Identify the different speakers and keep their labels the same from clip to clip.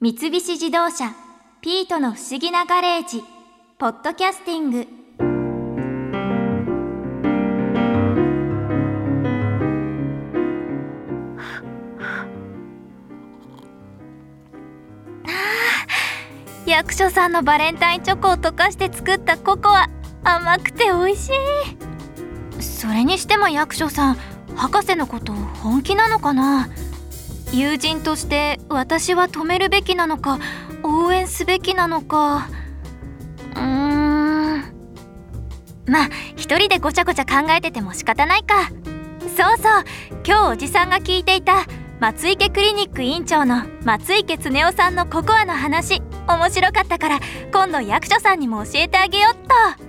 Speaker 1: 三菱自動車「ピートの不思議なガレージ」「ポッドキャスティング」あー役所さんのバレンタインチョコを溶かして作ったココア甘くて美味しいそれにしても役所さん博士のこと本気なのかな友人として私は止めるべきなのか応援すべきなのかうーんまあ一人でごちゃごちゃ考えてても仕方ないかそうそう今日おじさんが聞いていた松池クリニック院長の松池恒夫さんのココアの話面白かったから今度役所さんにも教えてあげよっと。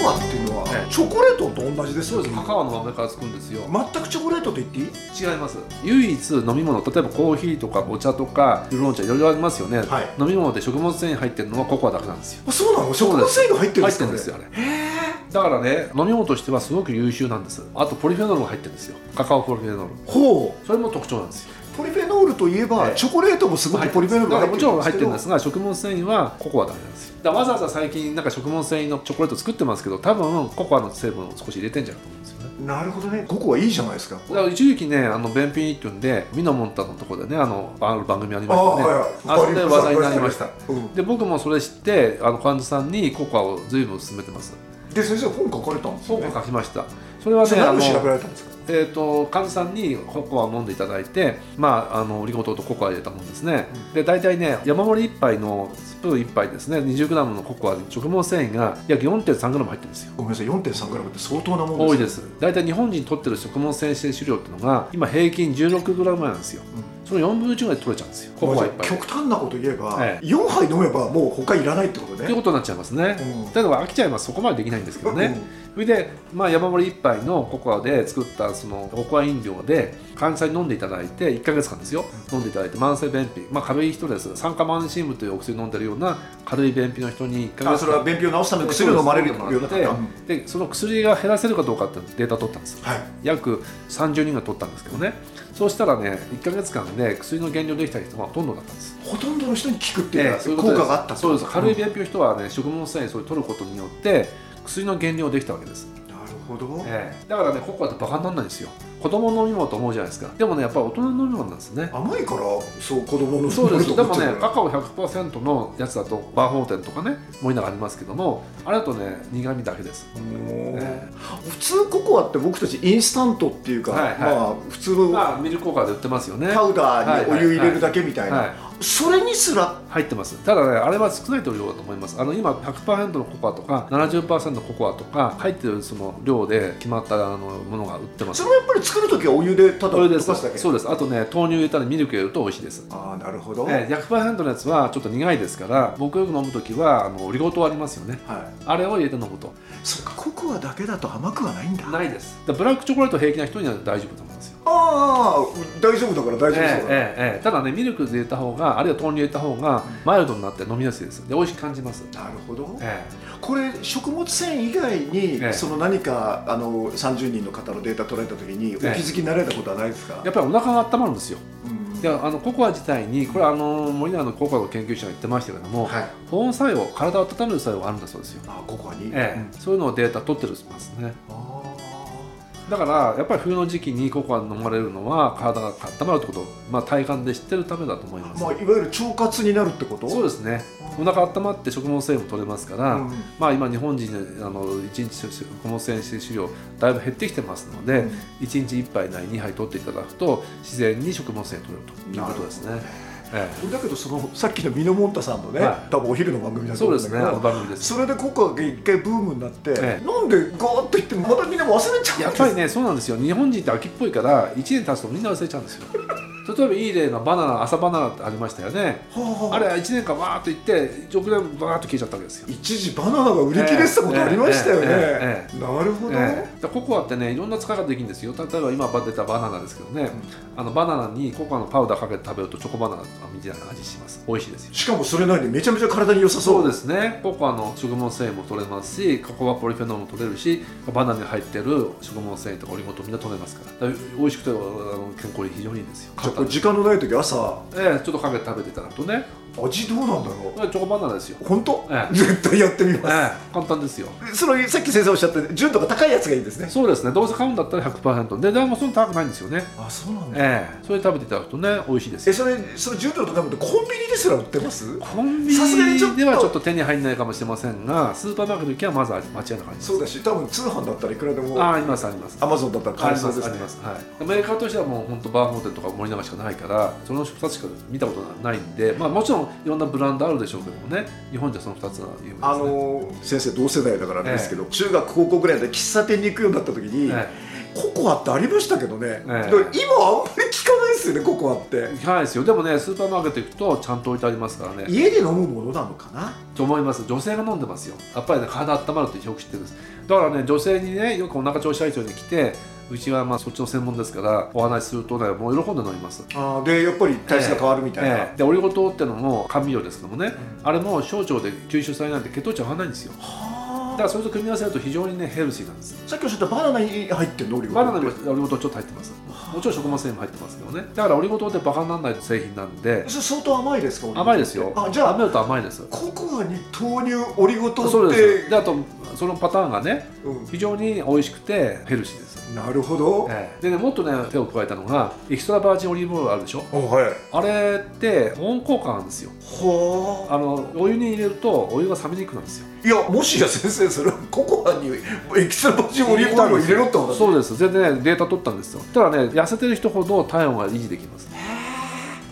Speaker 2: ココアっていうのは、
Speaker 3: ええ
Speaker 2: チョコレートと同じです
Speaker 3: そう
Speaker 2: よ
Speaker 3: です
Speaker 2: ね
Speaker 3: カカオの豆から作るんですよ
Speaker 2: 全くチョコレートと言っていい
Speaker 3: 違います唯一飲み物例えばコーヒーとかお茶とかウーロン茶いろいろありますよね、
Speaker 2: はい
Speaker 3: 飲み物で食物繊維入ってるのはココアだけなんですよ
Speaker 2: あそうなの
Speaker 3: そ
Speaker 2: 食
Speaker 3: う
Speaker 2: 物
Speaker 3: です
Speaker 2: 繊維が入ってるん
Speaker 3: 入
Speaker 2: で
Speaker 3: っ
Speaker 2: す
Speaker 3: て
Speaker 2: か
Speaker 3: るん
Speaker 2: ね
Speaker 3: ですよあれだからね飲み物としてはすごく優秀なんですあとポリフェノールが入ってるんですよカカオポリフェノール
Speaker 2: ほ
Speaker 3: それも特徴なんですよ
Speaker 2: うポリフェノールといえば、
Speaker 3: ええ
Speaker 2: チョコレートもすごくポリフェノールが
Speaker 3: だから
Speaker 2: 入っ
Speaker 3: も
Speaker 2: てるん
Speaker 3: ちろん
Speaker 2: です
Speaker 3: 入っ
Speaker 2: け
Speaker 3: てる
Speaker 2: ど
Speaker 3: んですが食物繊維はココアだけなんですよだからわざわざ最近なんか食物繊維のチョコレート作ってますけど多分ココアの成分を少し入れてんじゃないかと思うんですよね
Speaker 2: なるほどねココアいいじゃないですか
Speaker 3: だから一時期ね、あの便秘っていうんで、ミノモンタのところでね、あのある番組ありましたよね。あそこで話題になりました。
Speaker 2: うん
Speaker 3: で、僕もそれ知って、あの患者さんにココアを随分勧めてます。
Speaker 2: で先生本書かれたんですよ
Speaker 3: 本
Speaker 2: ね
Speaker 3: を書きました。それは
Speaker 2: そ
Speaker 3: ね、
Speaker 2: れ
Speaker 3: あの
Speaker 2: 何を、調べられたんですか
Speaker 3: えっ、と、患者さんにココアを飲んでいただいて、まあ、あの、オリゴ糖とココア入れたもんですね。で、大体ね、山盛り一杯のスプーン一杯ですね、20g のココアに食物繊維が約 4.3g 入ってるんですよ。
Speaker 2: ごめんなさい 4.3g って相当なもん
Speaker 3: 多いですす大体日本人にとってる食物繊維摂取量っていうのが今平均 16g なんですよ、その4分の1ぐらい取れちゃうんですよコ
Speaker 2: ごめん
Speaker 3: コ
Speaker 2: な
Speaker 3: ア
Speaker 2: さい
Speaker 3: いっぱい
Speaker 2: 極端なこと言えば、
Speaker 3: ええ
Speaker 2: 4杯飲めばもう他いらないってこと
Speaker 3: という
Speaker 2: ね
Speaker 3: ことになっちゃいますね、
Speaker 2: うん
Speaker 3: というのは飽きちゃいますそこまでできないんですけどね、
Speaker 2: うん
Speaker 3: それで、まあ、山盛り1杯のココアで作ったそのココア飲料で患者さんに飲んでいただいて1か月間ですよ飲んでいただいて慢性便秘、まあ、軽い人です酸化マンシウムというお薬飲んでるような軽い便秘の人に1か月間
Speaker 2: あそれは便秘を治すための薬を飲まれるようになった
Speaker 3: ででその薬が減らせるかどうかってデータ取ったんですよ
Speaker 2: はい
Speaker 3: 約30人が取ったんですけどねそうしたらね1ヶ月間で薬の減量できた人がほとんどだったんです
Speaker 2: ほとんどの人に効くっていう
Speaker 3: で
Speaker 2: か
Speaker 3: そういうこ
Speaker 2: 効
Speaker 3: とで
Speaker 2: 果
Speaker 3: す
Speaker 2: があった
Speaker 3: そうです軽い
Speaker 2: な
Speaker 3: 便秘の人はね食物繊維それ取ることによって薬の減量できたわけです、
Speaker 2: るほど
Speaker 3: ええだからねココアってバカにならないんですよ子供の飲み物と思うじゃないですかでもねやっぱり大人の飲み物なんですね
Speaker 2: 甘いからそう子供の
Speaker 3: そうで す
Speaker 2: 飲
Speaker 3: で
Speaker 2: むと思
Speaker 3: も
Speaker 2: っちゃ
Speaker 3: ね
Speaker 2: うから
Speaker 3: カカオ100%のやつだとバーホーテンとかねもう今ありますけどもあれだとね苦味だけです
Speaker 2: もう
Speaker 3: え
Speaker 2: 普通ココアって僕たちインスタントっていうか、
Speaker 3: はいはい
Speaker 2: まあ普通の
Speaker 3: まあミルクココアで売ってますよね
Speaker 2: パウダーにお湯入れるだ
Speaker 3: け
Speaker 2: けみたいな、
Speaker 3: はい
Speaker 2: それにすら
Speaker 3: 入ってますただねあれは少ないと量だと思いますあの今100%のココアとか70%のココアとか入ってるその量で決まったあのものが売ってま
Speaker 2: そ
Speaker 3: す
Speaker 2: れはやっぱり作る時はお湯でただ
Speaker 3: それ
Speaker 2: 溶
Speaker 3: で
Speaker 2: か
Speaker 3: す
Speaker 2: すだけ
Speaker 3: そうですあとね豆乳入れたらミルク入れると美味しいです
Speaker 2: ああなるほど、
Speaker 3: えー100%のやつはちょっと苦いですから僕よく飲む時はあのオリゴ糖ありますよね
Speaker 2: は
Speaker 3: あれを入れて飲むと
Speaker 2: い、そっかココアだけだと甘くはないんだあ
Speaker 3: ないですだからブラックチョコレート平気な人には大丈夫と思いますよ
Speaker 2: あ大丈夫だから大丈夫そ
Speaker 3: え
Speaker 2: う
Speaker 3: え
Speaker 2: だ、
Speaker 3: ええええただねミルクで入れた方があるいは豆乳入れた方がマイルドになって飲みやすいですで美味しく感じます、
Speaker 2: なるほど
Speaker 3: ええ
Speaker 2: これ食物繊維以外に、
Speaker 3: ええ
Speaker 2: その何かあの30人の方のデータ取られた時にお気
Speaker 3: ええ
Speaker 2: づきになられたことはないですか、
Speaker 3: やっぱりお腹が温まるんですよ
Speaker 2: うん
Speaker 3: であのココア自体にこれあの森永のココアの研究者が言ってましたけども、
Speaker 2: はい
Speaker 3: 保温作用体を温める作用があるんだそうですよ、
Speaker 2: あココアに、
Speaker 3: ええ
Speaker 2: うん
Speaker 3: そういうのをデータ取ってるんですね
Speaker 2: あ
Speaker 3: だからやっぱり冬の時期にココア飲まれるのは体が温まるってことを、まあ、体感で知ってるためだと思いま
Speaker 2: ー
Speaker 3: す、
Speaker 2: まあいわゆる腸活になるってこと
Speaker 3: そうですねお腹温まって食物繊維も取れますから、
Speaker 2: うん
Speaker 3: まあ、今日本人のあの1日食物繊維摂取量だいぶ減ってきてますので、
Speaker 2: うん
Speaker 3: 1日1杯ない2杯取っていただくと自然に食物繊維取れるということですね
Speaker 2: なる
Speaker 3: え
Speaker 2: だけどそのさっきのミノモンタさんのね、
Speaker 3: はい
Speaker 2: 多分お昼の番組
Speaker 3: え
Speaker 2: だと
Speaker 3: そう
Speaker 2: 思う
Speaker 3: で
Speaker 2: んだ
Speaker 3: す
Speaker 2: け
Speaker 3: ね
Speaker 2: ど
Speaker 3: あの番組です
Speaker 2: それでココアが一回ブームになって、
Speaker 3: ええ
Speaker 2: なんでガーッといってまたみんな忘れちゃうんです
Speaker 3: やっぱりねそうなんですよ日本人って秋っぽいから1年経つとみんな忘れちゃうんですよ例えばいい例のバナナ朝バナナってありましたよね
Speaker 2: はあ
Speaker 3: あれは1年間わーっといって翌年わーっと消えちゃったわけですよ、
Speaker 2: 一時バナナが売り切れてたことありましたよね、
Speaker 3: えええ
Speaker 2: なるほど、
Speaker 3: ええでココアってねいろんな使い方できるんですよ例えば今出たバナナですけどね、あのバナナにココアのパウダーかけて食べるとチョコバナナみたいな味します美味しいですよ
Speaker 2: しかもそれなりにめちゃめちゃ体に良さそう
Speaker 3: そうですねココアの食物繊維も取れますしココアポリフェノールも取れるしバナナに入ってる食物繊維とかオリゴ糖みんな取れますからだから美味しくてあのの健康に非常にいいですよ
Speaker 2: じゃあこれ
Speaker 3: 簡単
Speaker 2: 時間のない時朝
Speaker 3: ええちょっとかけて食べていただくとね
Speaker 2: 味どうなんだろ
Speaker 3: これチョコバナナですよ
Speaker 2: う本当、
Speaker 3: ええ
Speaker 2: 絶対やってみます、
Speaker 3: ええ簡単ですよ
Speaker 2: そのさっき先生おっしゃった純度が高いやつがいいんですね
Speaker 3: そうですねどうせ買うんだったら100%で値段もそんな高くないんですよね
Speaker 2: あそうなんだ、
Speaker 3: ええそれ食べていただくとね美味しいです
Speaker 2: え
Speaker 3: よ
Speaker 2: それその純度の高いのってコンビニですら売ってます
Speaker 3: コンビ
Speaker 2: さすがにちょっ
Speaker 3: ニ
Speaker 2: と
Speaker 3: ではちょっと手に入らないかもしれませんがスーパーマーケット行けばまずは間違いなくあります
Speaker 2: そうだし多分通販だったらいくらでも
Speaker 3: あ
Speaker 2: ア
Speaker 3: あありますあります
Speaker 2: マゾンだったら
Speaker 3: あ
Speaker 2: 買え
Speaker 3: り
Speaker 2: そ
Speaker 3: ま
Speaker 2: うですす
Speaker 3: あ
Speaker 2: ね
Speaker 3: ります、はい、メーカーとしてはもう本当バーホーテンとか森永しかないからその2つしか見たことがないんで、まあ、もちろんいろんなブランドあるでしょうけどもね日本じゃその2つが有名ですね
Speaker 2: あのー先生同世代だからあれですけど、中学高校ぐらいで喫茶店に行くようになった時に、
Speaker 3: え
Speaker 2: ココアってありましたけどね、
Speaker 3: ええ
Speaker 2: でも今あんまり聞かないですよねココアって
Speaker 3: えいかないですよでもねスーパーマーケット行くとちゃんと置いてありますからね
Speaker 2: 家で飲むものなのかな
Speaker 3: と思います女性が飲んでますよやっぱりね体温まるってよく知ってるんですだからね女性にねよくお腹調子悪い人に来てうちはまあそっちの専門ですからお話しするとねもう喜んで飲みます
Speaker 2: あーでやっぱり体質が変わるみたいな、
Speaker 3: ええでオリゴ糖ってのも甘味料ですけどもね、あれも小腸で吸収されないんで血糖値上がらないんですよ
Speaker 2: は
Speaker 3: だ
Speaker 2: あ
Speaker 3: からそれと組み合わせると非常にねヘルシーなんです
Speaker 2: さっきおっしゃったバナナに入ってるのオリゴ糖
Speaker 3: バナナにもオリゴ糖ちょっと入ってますもちろん食物繊維も入ってますけどねだからオリゴ糖ってバカにならない製品なんで
Speaker 2: それ相当甘いですかオリゴ糖
Speaker 3: 甘いですよ
Speaker 2: あじゃあ
Speaker 3: 食べると甘いです
Speaker 2: ココアに豆乳オリゴ糖って
Speaker 3: そうですであとそのパターンがね
Speaker 2: う
Speaker 3: 非常に美味しくてヘルシーです、
Speaker 2: ん、なるほど、
Speaker 3: でねもっとね手を加えたのがエキストラバージンオリーブオイルあるでしょ
Speaker 2: あはい
Speaker 3: あれって保温効果なんですよ
Speaker 2: はあ
Speaker 3: あのお湯に入れるとお湯が冷めにくくなるんですよ
Speaker 2: いやもしや先生それココアにエキストラバージンオリーブオイルを入れろってことだね
Speaker 3: そうです全然ねデータ取ったんですよただね痩せてる人ほど体温が維持できます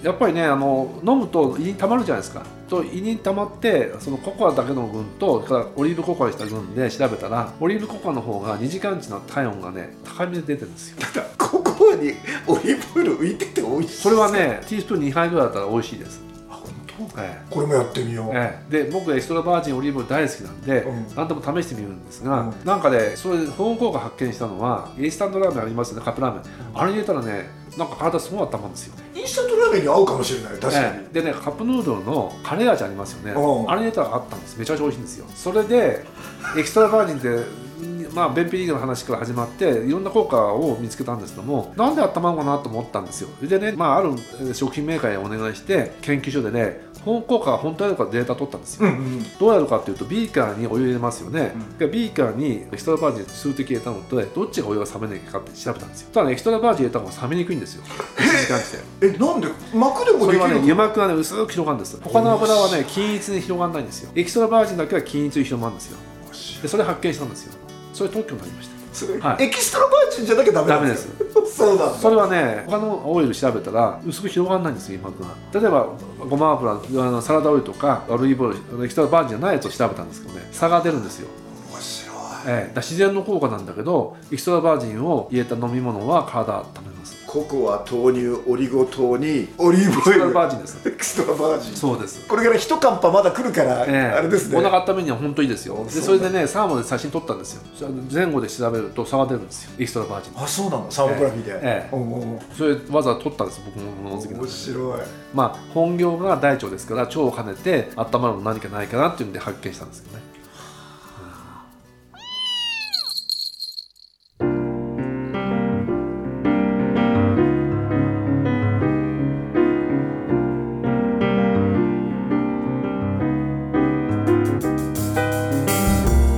Speaker 3: やっぱりねあの飲むと胃に溜まるじゃないですかと胃に溜まってそのココアだけの群とそれからオリーブココアにした群で調べたらオリーブココアの方が2時間値の体温がね高めで出てるんですよ
Speaker 2: ただココアにオリーブオイル浮いてて美味しい
Speaker 3: それはねティースプーン2杯ぐらいだったら美味しいです、
Speaker 2: あ本当
Speaker 3: え
Speaker 2: これもやってみよう、
Speaker 3: えええ、で僕エキストラバージンオリーブオイル大好きなんで、
Speaker 2: うん
Speaker 3: 何でも試してみるんですが、
Speaker 2: うん
Speaker 3: なんかねそれ保温効果発見したのはインスタントラーメンありますよねカップラーメンあれ入れたらねなんか体すごい温まるんですよ
Speaker 2: インスタントラーメンに合うかもしれない確かに、
Speaker 3: ええでねカップヌードルのカレー味ありますよね
Speaker 2: うん
Speaker 3: あれ入れたらあったんですめちゃくちゃ美味しいんですよそれでエキストラバージンってまあ便秘リーグの話から始まっていろんな効果を見つけたんですけどもなんで温まるのかなと思ったんですよでね、まあ、あるえー食品メーカーにお願いして研究所でね本効果が本当やるかデータ取ったんですよ、
Speaker 2: うんうん
Speaker 3: どうやるかっていうとビーカーにお湯入れますよね、
Speaker 2: うん
Speaker 3: でビーカーにエキストラバージン数滴入れたのとどっちがお湯が冷めないかって調べたんですよただねエキストラバージン入れた方が冷めにくいんですよ1時間して
Speaker 2: えなんで膜でも
Speaker 3: そ
Speaker 2: で
Speaker 3: れ
Speaker 2: き
Speaker 3: は
Speaker 2: る
Speaker 3: ね
Speaker 2: の
Speaker 3: 油膜がね薄く広がるんです他の油はね均一に広がらないんですよエキストラバージンだけは均一に広まるんですよでそれ発見したんですよそれ特許になりまし
Speaker 2: それ
Speaker 3: はい
Speaker 2: エキストラバージンじゃなきゃダ
Speaker 3: た
Speaker 2: メな
Speaker 3: ダ
Speaker 2: ん
Speaker 3: メ
Speaker 2: で
Speaker 3: ですす
Speaker 2: よそうなんだ
Speaker 3: それはね他のオイル調べたら薄く広がらないんですよ油膜が例えばごま油あのサラダオイルとかオリーブオイルエキストラバージンじゃないやつを調べたんですけどね差が出るんですよ
Speaker 2: 面白い
Speaker 3: ええ、だから自然の効果なんだけどエキストラバージンを入れた飲み物は体温めますエ
Speaker 2: ココア豆乳オリゴ糖にオリー
Speaker 3: キ
Speaker 2: ブオ
Speaker 3: ストラ
Speaker 2: イ
Speaker 3: バージンです
Speaker 2: ルエキストラバージン
Speaker 3: そうです
Speaker 2: これから一カンパまだ来るから、
Speaker 3: ええ
Speaker 2: あれですね
Speaker 3: お腹温めには本当いいですよでそ
Speaker 2: そう
Speaker 3: れ
Speaker 2: だ
Speaker 3: でねサーモンで写真撮ったんですよ前後で調べると差が出るんですよエキストラバージン
Speaker 2: あそうなのサーモグラフィーで、
Speaker 3: えええ
Speaker 2: おうおうおう
Speaker 3: それわざわざ撮ったんです僕も物好きなん
Speaker 2: 面
Speaker 3: で
Speaker 2: 白い
Speaker 3: まあ本業が大腸ですから腸を兼ねて温まるの何かないかなっていうんで発見したんですけどね